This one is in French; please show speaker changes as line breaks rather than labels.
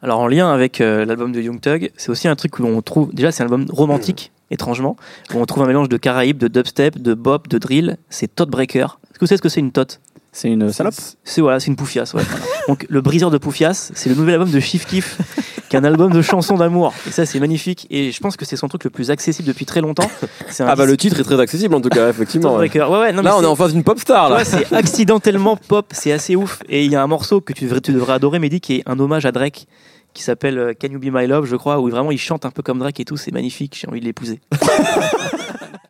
Alors en lien avec euh, l'album de Young Thug, c'est aussi un truc où on trouve. Déjà, c'est un album romantique,
Mmh.
étrangement, où on trouve un mélange de Caraïbes, de dubstep, de bop, de drill. C'est Tot Breaker. Est-ce que vous savez ce que c'est une Tot
C'est une
Euh,
salope.
C'est voilà, c'est une poufiasse. ouais. Donc le briseur de poufiasse, c'est le nouvel album de Chief Keef, qui est un album de chansons d'amour. Et ça, c'est magnifique. Et je pense que c'est son truc le plus accessible depuis très longtemps. C'est un
Ah bah
disque
le titre est très accessible en tout cas,
Tot
effectivement. ouais.
Breaker. Ouais, ouais, non, mais
Là, on
c'est-
est en face d'une pop star
tu
là.
vois, c'est accidentellement pop, c'est assez ouf. Et il y a un morceau que tu devrais, tu devrais adorer, Mehdi, qui est un hommage à Drake, qui s'appelle euh, Can You Be My Love, je crois, où vraiment il chante un peu comme Drake et tout, c'est magnifique, j'ai envie de l'épouser.